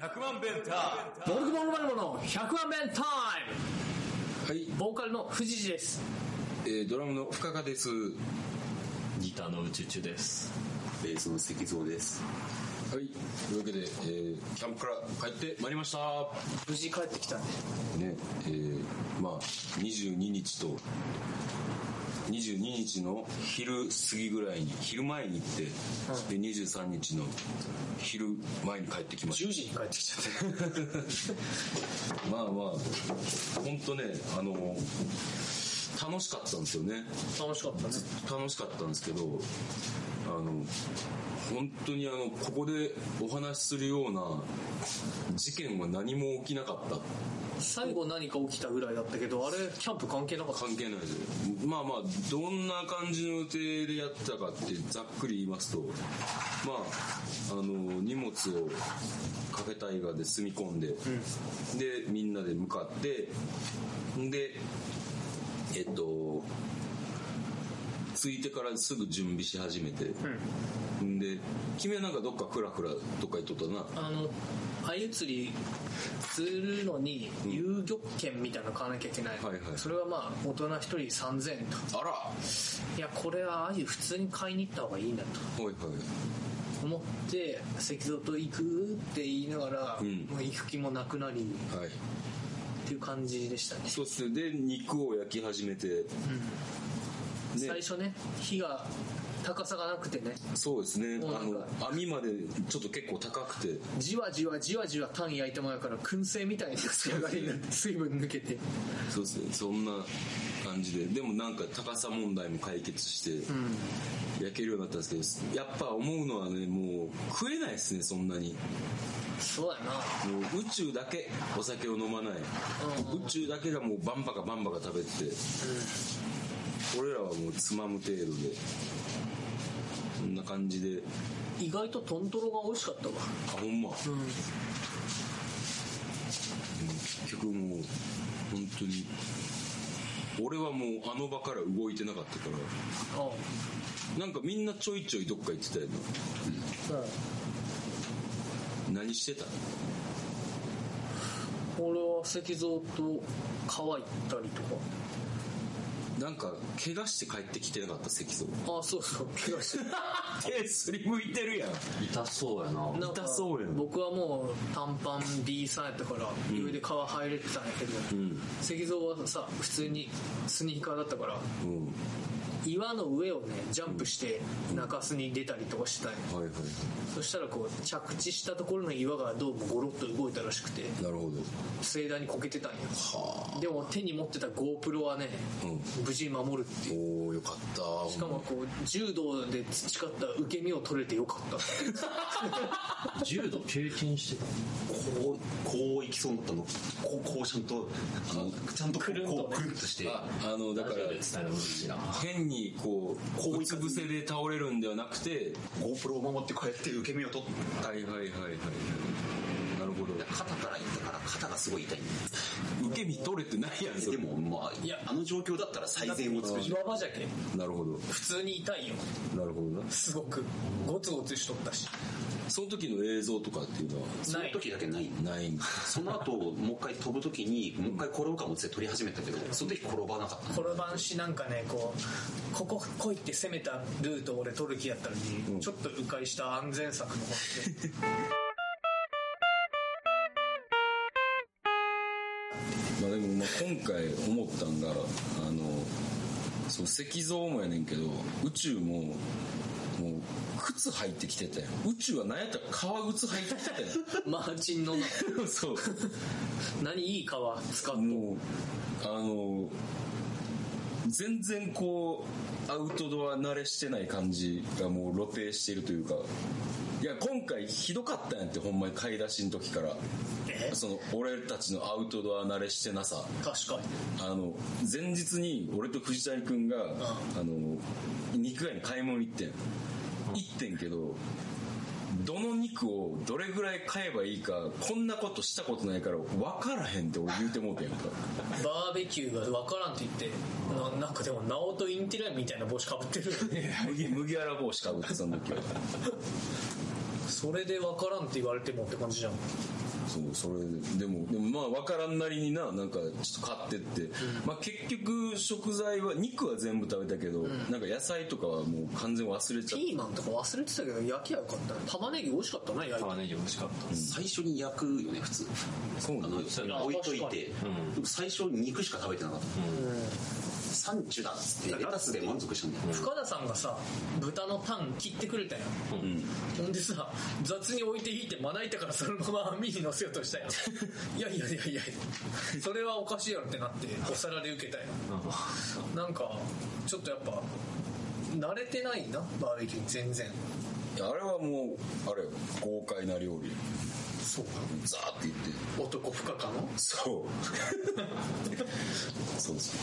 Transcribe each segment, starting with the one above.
100万弁タボルクボンマルモの100万弁タイムはい、ボーカルの藤次ですえードラムの深川です。はギターの宇宙中です。ベースの石像ですい、というわけで、えーキャンプから帰ってまいりました。無事帰ってきたねね、えーまあ、22日と、22日の昼過ぎぐらいに、昼前に行って、で、23日の昼前に帰ってきました10。時に帰ってきちゃっまあまあ、ほんとね、あの、楽しかったんですよね。た楽しかったね楽しかったんですけどあの本当にあのここでお話しするような事件は何も起きなかった最後何か起きたぐらいだったけどあれキャンプ関係なかった関係ないですまあまあどんな感じの予定でやってたかってざっくり言いますとまああの荷物をカフェタイガーで積み込んで、でみんなで向かってでえっと着いてからすぐ準備し始めて、ん、で君はなんかどっかフラフラとか言っとったなあの鮎釣りするのに遊漁券みたいなの買わなきゃいけない、はいはいそれはまあ大人一人3000円とあらはいやこれは鮎普通に買いに行った方がいいなといはい思って石像と行くって言いながら、うんもう行く気もなくなりはいっていう感じでしたね、そうですねで肉を焼き始めてね最初ね火が高さがなくてねそうですね。もうあなんかの、網までちょっと結構高くて、じわじわじわじわタン焼いた前から燻製みたいな仕上がりになって水分抜けてそうですね。そんな感じで。でもなんか高さ問題も解決して、焼けるようになったんですけど、やっぱ思うのはね、もう食えないですね、そんなに。そうだなもう宇宙だけお酒を飲まない。宇宙だけがもうバンバカバンバカ食べてて、俺らはもうつまむ程度で、こんな感じで、意外とトントロが美味しかったわあ、ほんま。結局もう本当に俺はもうあの場から動いてなかったからあなんかみんなちょいちょいどっか行ってたよな何してたうん俺は石像と川行ったりとなんか怪我して帰ってきてなかった石像かあそうそう怪我 して手すりむいてるやん痛そうやな。なんか痛そうやん僕はもう短パン B さんやったから上で川入れてたんやけど、石像はさ普通にスニーカーだったからうん岩の上をねジャンプして中州に出たりとかしてたんやはいはいそしたらこう着地したところの岩がどうもゴロッと動いたらしくてなるほど盛大にこけてたんやでも手に持ってた GoPro はね、無事守るっていうおおよかったしかもこう柔道で培った受け身を取れてよかった柔道経験してた。こうこういきそうになったのこうこうちゃんとあのちゃんとこくうるんとねこうくるんとしてああのだだかからら伝えるのしな。変にこうここうういかつ伏ずにせで倒れるんではなくて GoPro を守ってこうやって受け身を取ってはいはいはいはいはいなるほど肩からいったから肩がすごい痛い受け身取れてないやんそでれもまあいやあの状況だったら最善を尽くし岩場じゃけなるほど普通に痛いよなるほどなすごくゴツゴツしとったしその時の映像とかっていうのはその時だけないないんだその後もう一回飛ぶ時にもう一回転ぶかもって撮り始めたけどその時転ばなかったこの番しなんかねこうここ来いって攻めたルートを俺取る気やったのに、ちょっと迂回した安全策の方でまあでもまあ今回思ったんがあのそう石像もやねんけど宇宙ももう靴履いてきてたやん宇宙は何やったら革靴履いてきてたやマーチンのなん そう何いい革使っともうあの全然こうアウトドア慣れしてない感じがもう露呈しているというかいや今回ひどかったんやってほんまに買い出しの時からえその俺たちのアウトドア慣れしてなさ確かにあの前日に俺と藤谷君があの肉屋に買い物行ってん行ってんけどどの肉をどれぐらい買えばいいかこんなことしたことないから分からへんって俺言うてもうてんやんかバーベキューが分からんって言ってななんかでもナオトインティライみたいな帽子かぶってる麦麦わら帽子かぶってその時はそれで分からんって言われてもって感じじゃんそうそれでもでもまあ分からんなりにななんかちょっと買ってって、まあ、結局食材は肉は全部食べたけど、なんか野菜とかはもう完全忘れちゃってピーマンとか忘れてたけど焼きゃよかったね玉ねぎ美味しかったね焼いて玉ねぎ美味しかったです最初に焼くよね普通そうなあののよあ置いといて、でも最初肉しか食べてなかった、サンチュだっつってレタスで満足したんだよ、深田さんがさ豚のパン切ってくれたよ、ほんでさ雑に置いていいってまな板からそのまま網に乗せようとしたよ いやいやいやいやそれはおかしいやろってなってお皿で受けたよなんかちょっとやっぱ慣れてないなバーベキューに全然いやあれはもうあれよ豪快な料理よそうザーっていって男不可かのそう そうそうそ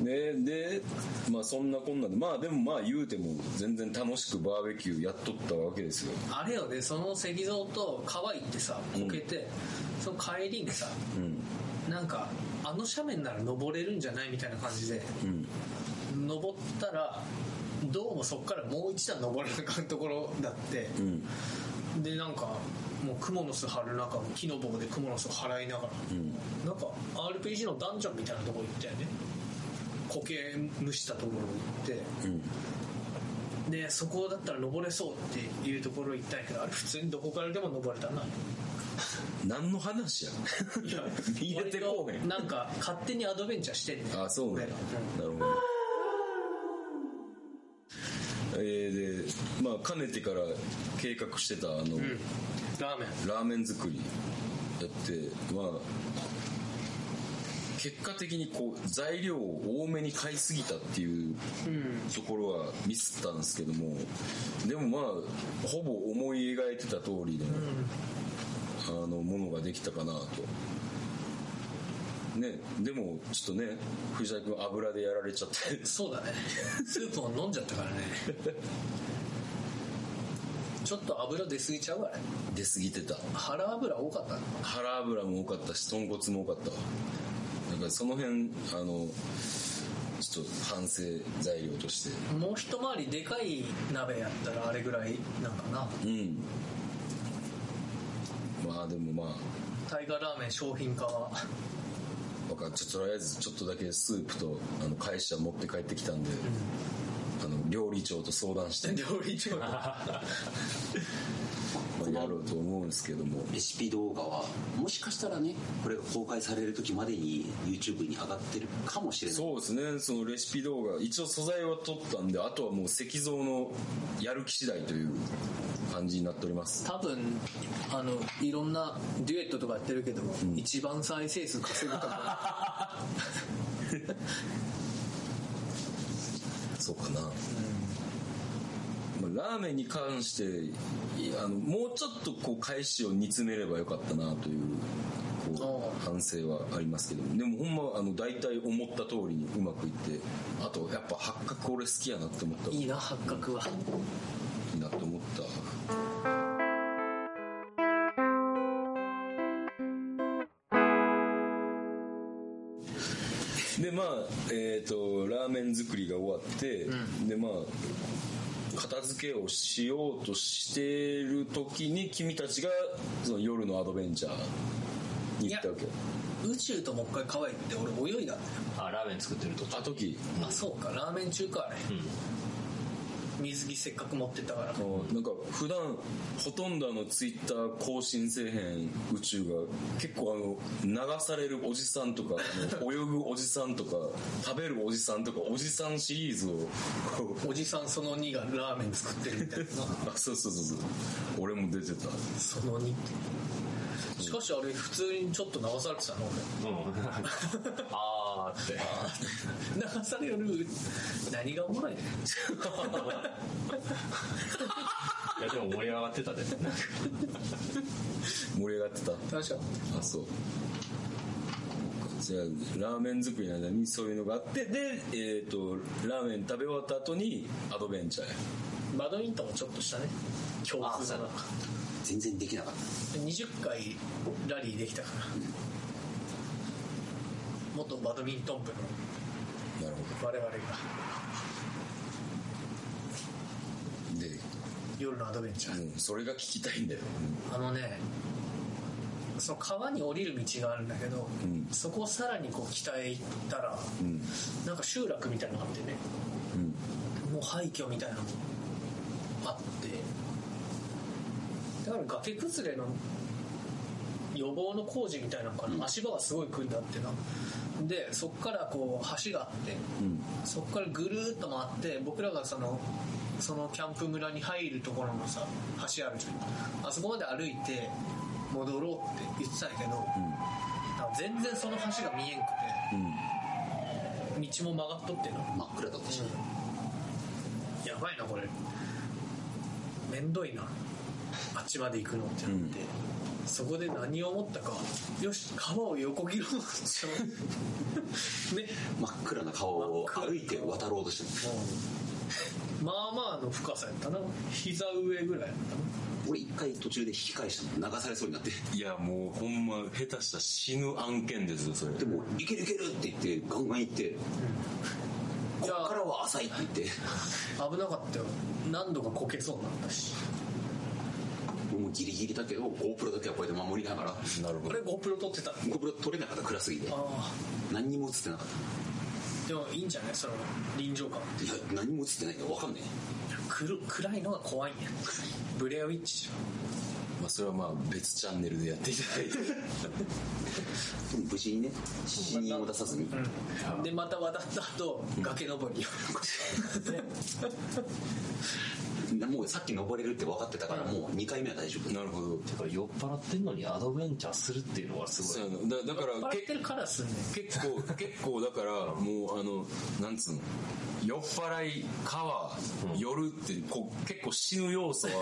うででまあそんなこんなんでまあでもまあ言うても全然楽しくバーベキューやっとったわけですよあれよねその石像と川行ってさこけて、その帰りにさ、なんかあの斜面なら登れるんじゃないみたいな感じで、登ったらどうもそっからもう一段登らなあかんところだって、でなんかもうクモの巣張る中木の棒でクモの巣を払いながら、なんか RPG のダンジョンみたいなとこ行ったよね苔蒸したところ行って、でそこだったら登れそうっていうところ行ったんやけどあれ普通にどこからでも登れた な何の話や見えてこう割へんとなんか勝手にアドベンチャーしてんねあそうねねなるほどえー、でまあかねてから計画してたあの、ラーメンラーメン作りやってまあ結果的にこう材料を多めに買いすぎたっていうところはミスったんですけどもでもまあほぼ思い描いてた通りの,、あのものができたかなと。ね、でもちょっとね藤田君油でやられちゃってそうだね スープを飲んじゃったからねちょっと油出過ぎちゃうわあれ出過ぎてた腹油多かったね腹油も多かったし豚骨も多かったわだからその辺あのちょっと反省材料としてもう一回りでかい鍋やったらあれぐらいなんかなうんまあでもまタイガーラーメン商品化 はあわかんちょとりあえずちょっとだけスープとあの会社持って帰ってきたんで、あの料理長と相談して料理長まあやろうと思うんですけどもレシピ動画はもしかしたらねこれが公開される時までに YouTube に上がってるかもしれないそうですねそのレシピ動画一応素材は撮ったんであとはもう石像のやる気次第という感じになっております多分あのいろんなデュエットとかやってるけど、一番再生数稼ぐとかそうかな、まあ、ラーメンに関していあのもうちょっとこう返しを煮詰めればよかったなというあこう反省はありますけどでもほんまあの大体思った通りにうまくいってあとやっぱ八角俺好きやなって思 ったいいな八角はなと思ったでまあえっ、とラーメン作りが終わって、でまあ片付けをしようとしてる時に君たちがその夜のアドベンチャーに行ったわけ宇宙ともう一回可愛いって俺泳いだんだよあラーメン作ってるとあ時あそうかラーメン中かあれ、水着せっかく持ってったからなんか普段ほとんどあのツイッター更新せえへん宇宙が結構あの流されるおじさんとかあの泳ぐおじさんとか 食べるおじさんとかおじさんシリーズをこうおじさんその2がラーメン作ってるみたいな あそうそうそうそう俺も出てたその2ってしかしあれ普通にちょっと流されてたのうん あーって俺流される何がおもろいねいやでも盛り上がって たで盛り上がってた確かあそうじゃあラーメン作りの間にそういうのがあってで、えっとラーメン食べ終わった後にアドベンチャーやバドミントンもちょっとしたね強風の中全然できなかった20回ラリーできたから元バドミントン部のなるほ我々がどで、夜のアドベンチャーうん、それが聞きたいんだよあのねその川に降りる道があるんだけど、んそこをさらにこう北へ行ったら、んなんか集落みたいなのがあってね、もう廃墟みたいなのもあってだから崖崩れの予防の工事みたいなのかな、足場がすごい組んであってなでそこからこう橋があって、そこからぐるーっと回って僕らがそのそのキャンプ村に入るところのさ橋あるじゃんあそこまで歩いて戻ろうって言ってたんやけど、なんか全然その橋が見えんくて、道も曲がっとってな、真っ暗だったし、やばいなこれめんどいなあっちまで行くのってなって、そこで何を思ったかよし川を横切ろうって思って ね真っ暗な川を真っ暗歩いて渡ろうとしてるまあまあの深さやったな膝上ぐらいやったな俺一回途中で引き返したの流されそうになっていやもうほんま下手したら死ぬ案件ですよそれでも「いけるいける!」って言ってガンガン行って「こじゃあっからは浅い」って言って危なかったよ何度かこけそうになったしもうギリギリだけど GoPro だけはこうやって守りながらなるほあどれ GoPro 撮ってたあ GoPro 取れなかった暗すぎてあ何にも映ってなかったでもいいんじゃないその臨場感いや何も映ってないから分かんない黒暗いのが怖いんやブレアウィッチじまあ、それはまあ別チャンネルでやっていただいてでも無事にね死人を出さずにゃん、でまた渡った後崖登り よ、もうさっき登れるって分かってたからもう2回目は大丈夫なるほどてか酔っ払ってんのにアドベンチャーするっていうのはすそごいうやなだだかバらレけてるからすんねん結構結構だからもうあのなんつうの酔っ払い川、夜ってこう結構死ぬ要素は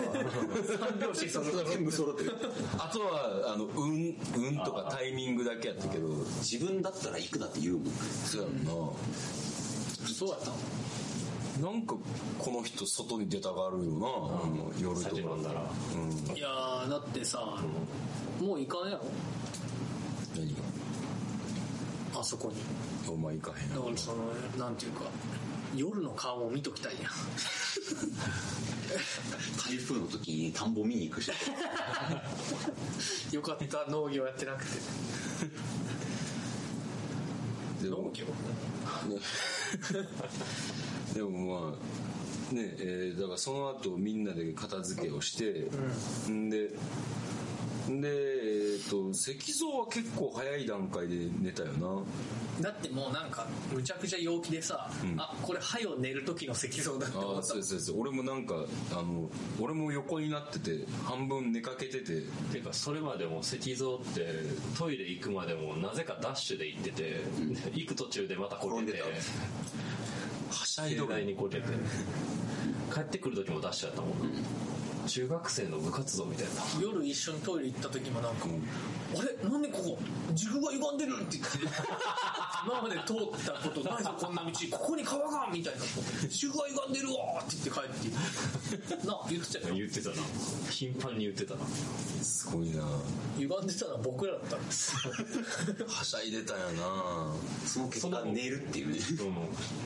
三拍子その全部揃ってるあとはあの運運とかタイミングだけやったけど自分だったら行くなって言うもんそうやんな、そうやったなんかこの人外に出たがるよな、あの夜とか始まんだらうんいやーだってさもう行かんやろ何があそこにお前行かへんだからそのなんていうか夜の顔を見ときたいやん台風の時に田んぼ見に行くしよかった農業やってなくてで農も業ねでもまあねえーだからその後みんなで片付けをして、ん、ででえーと石像は結構早い段階で寝たよなだってもうなんかむちゃくちゃ陽気でさ、あこれはよ寝る時の石像だってあ思あったそうですそうです俺もなんかあの俺も横になってて半分寝かけてててかそれまでも石像ってトイレ行くまでもなぜかダッシュで行ってて、行く途中でまたこけて転んではしゃいど盛る大にこけて帰ってくる時もダッシュやったもん、中学生の部活動みたいな夜一緒にトイレ行った時もなんかもう「あれなんでここ軸が歪んでる!」って言って 今まで通ったことないぞこんな道ここに川がみたいな「軸が歪んでるわ!」って言って帰って なあ言ってたよ言ってたな頻繁に言ってたなすごいな歪んでたのは僕らだったんです はしゃいでたよなその結果寝るっていうね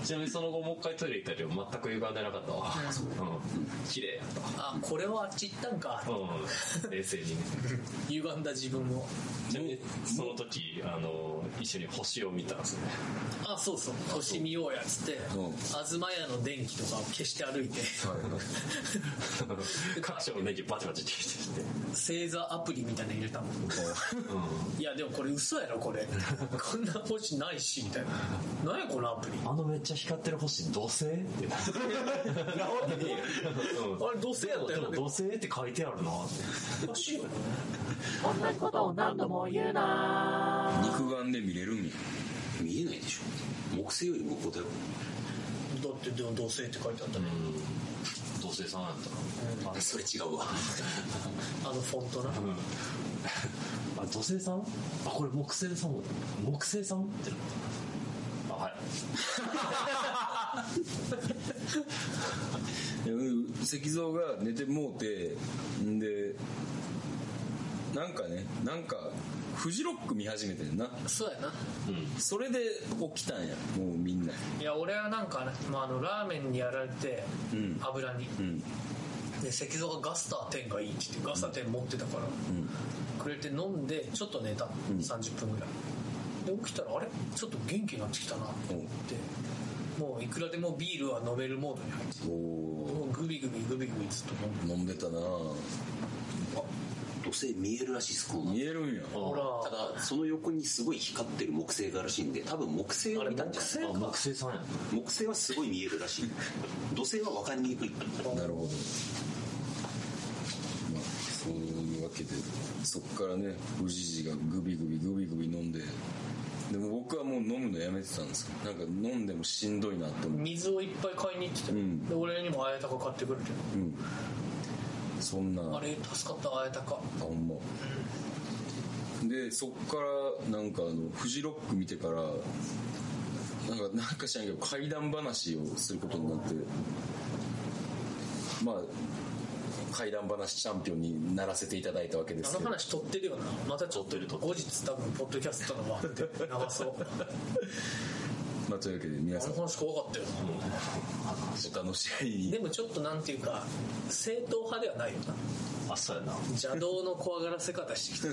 うんちなみにその後もう一回トイレ行ったけど全く歪んでなかったわうん綺麗やっあこれはあっち行ったんかたうん冷静にね歪んだ自分もちなみにその時あの一緒に星を見たんですよねあそうそう星見ようやっつってうん東屋の電気とかを消して歩いて 各所のネギバチバチってきてて星座アプリみたいなの入れたもんいやでもこれ嘘やろこ れこんな星ないしみたいな何やこのアプリ あのめっちゃ光ってる星土 星ってなあれ土星やったでよもね土星って書いてあるなおかしいよね肉眼で見れるんや見えないでしょ木星よりもこうだよだってでも土星って書いてあったね土星さんやったなあそれ違うわあのフォントなあ土星さんあこれ木星さん木星さんってなったあはいいやうん石像が寝てもうてんでなんかねなんかフジロック見始めてんなそうやなそれで起きたんやもうみんないや俺はなんか、ねまあ、あのラーメンにやられて、ん油に、んで石像がガスター10がいいって言ってガスター10持ってたから、くれて飲んでちょっと寝た、30分ぐらいで起きたらあれちょっと元気になってきたなって思って、もういくらでもビールは飲めるモードに入っておおもうグビグビグビグビずっと飲んで飲んでたな土星見えるらしいですこの見えるんやほらただその横にすごい光ってる木星があるらしいんで多分木星を見たんじゃないあ木星さんや木星はすごい見えるらしい土星は分かりにくいなるほどまあそういうわけでそっからねおじじがグビグビグビグビ飲んででも僕はもう飲むのやめてたんですけどなんか飲んでもしんどいなって思う水をいっぱい買いに行ってて、んで俺にもあやたか買ってくれて、そんなあれ助かったあやたかあほんまでそっからなんかあのフジロック見てからなんかなんか知らんけど怪談話をすることになってまあ怪談話チャンピオンにならせていただいたわけであすのけど話撮ってるよなまたちょっと後日多分ポッドキャストのもあって流 そうまあというわけで皆あさんの話怖かったよなお楽しみにでもちょっとなんていうか正統派ではないよなあそうやな邪道の怖がらせ方してき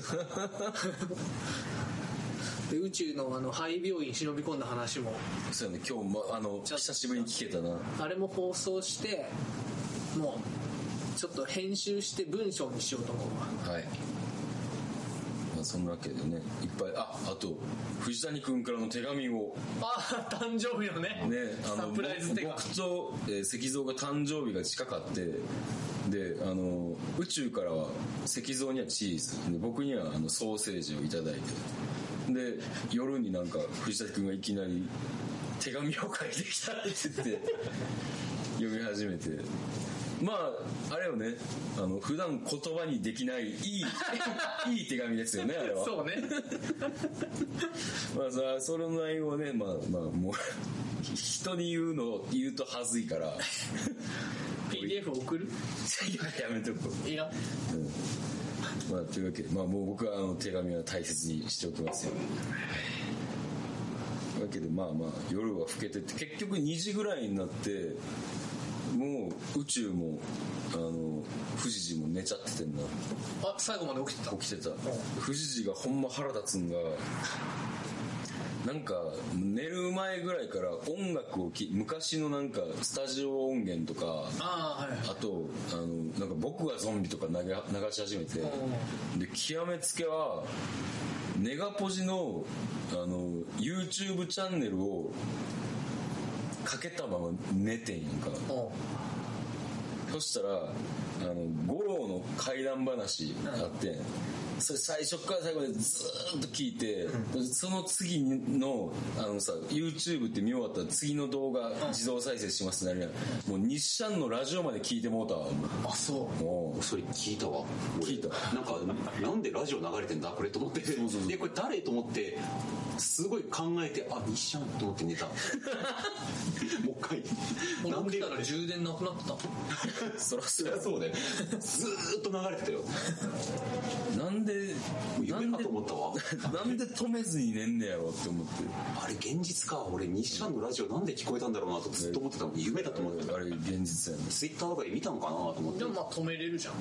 た で宇宙のあの廃病院忍び込んだ話もそうやね今日、ま、あの久しぶりに聞けたなあれも放送してもうちょっと編集して文章にしようと思うわはい。まあ、そんなわけでね、いっぱい、あ、あと、藤谷くんからの手紙を、ああ誕生日のね ね、あサの、プライズ手紙僕僕と、えー石像が誕生日が近かって、で、あの、宇宙からは石像にはチーズ、で僕にはあのソーセージをいただいて、で、夜になんか藤谷くんがいきなり、手紙を書いてきたって言って、読み始めて、まあ、あれよね、あの、普段言葉にできない、い い、いい手紙ですよね、あれは。そう ねまあさ、その内容をね、まあまあ、もう、人に言うの、言うとはずいから、い PDF 送るや、やめとこう。いらんまあ、というわけで、まあもう僕はあの手紙は大切にしておきますよ。というわけで、まあまあ、夜は更けてって、結局2時ぐらいになって、もう宇宙も、あの、富士寺も寝ちゃっててんな。あ最後まで起きてた起きてた富士寺がほんま腹立つんがなんか寝る前ぐらいから音楽をき昔のなんかスタジオ音源とかああはいあとあのなんか僕がゾンビとか流流し始めてで極めつけはネガポジのあの YouTube チャンネルをかけたまま寝てんやんかおうそしたら、あの、五郎の怪談話あって、それ最初から最後までずーっと聞いて、その次の、あのさ、YouTube って見終わったら次の動画自動再生しますってなるやん。もう日シャンのラジオまで聞いてもうたわ、もあそうう。もそれ聞いたわ俺聞いたなんかなんでラジオ流れてんだこれと思ってでこれ誰と思ってすごい考えてあ西ちゃんと思って寝たもう一回なん起できたら充電なくなってたうそらそそりゃそうだよずーっと流れてたよもら、なんで、うな夢んかでと、思ったわ なんで止めずに寝んねやろって思って。あれ現実か俺西ちゃんのラジオなんで聞こえたんだろうなとずっと思ってたの夢だと思ってたあれ、現実やね。ツイッターとかで見たのかなと思ってでもまあ止めれるじゃん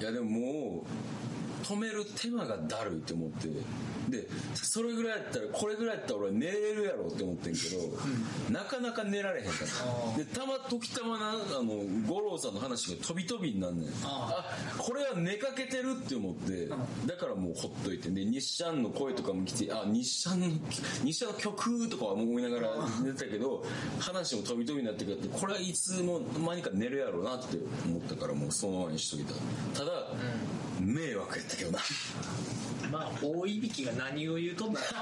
いやでももう止める手間がだるいって思ってでそれぐらいやったらこれぐらいやったら俺寝れるやろって思ってんけど、なかなか寝られへんかあらでたま時たまなあの五郎さんの話が飛び飛びになんねんあこれは寝かけてるって思ってだからもうほっといてで日シャンの声とかも来てあ日シャンの日シャンの曲とかは思いながら寝てたけど話も飛び飛びになってくるってこれはいつも間にか寝るやろうなって思ったからもうそのままにしといたただ、迷惑やったけどなまあ大いびきが何を言うとんだって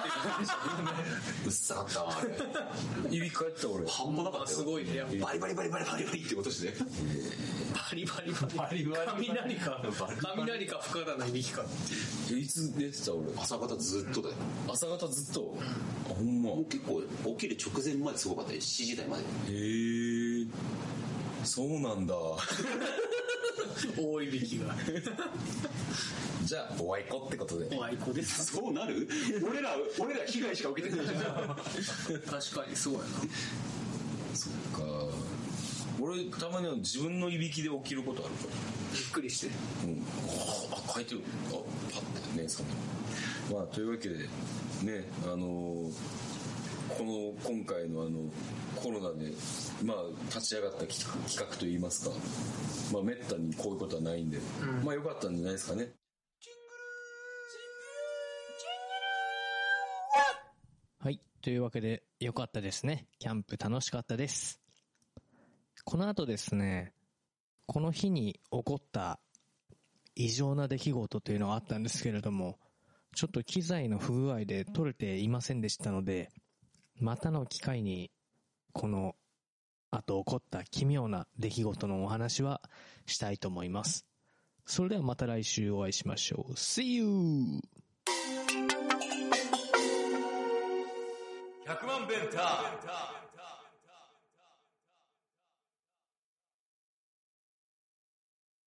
いうでしうっさかったわあれいびき返った俺半端なかったよす ごいねやっぱバリバリバリバリバリバリって音してバリバリバリバリ雷か雷か深田のいびきかいつ寝てた俺朝方ずっとだよ朝方ずっとあほんまもう結構起きる直前まですごかったよ7時台までへえそうなんだ 大いびきがじゃあおあいこってことで怖い子ですそうなる俺ら、俺ら被害しか受けてないじゃん。確かにそうやなか俺たまには自分のいびきで起きることあるからびっくりしてうん、あ書いてるあパッてねそのまあというわけでねあのーこの今回のあのコロナでまあ立ち上がった企画企画といいますかまあめったにこういうことはないんで、まあよかったんじゃないですかねはい。というわけで、良かったですね。キャンプ楽しかったです。この後ですね、この日に起こった異常な出来事というのがあったんですけれども、ちょっと機材の不具合で撮れていませんでしたので、またの機会に、この後起こった奇妙な出来事のお話はしたいと思います。それではまた来週お会いしましょう。See you! 100万ベンター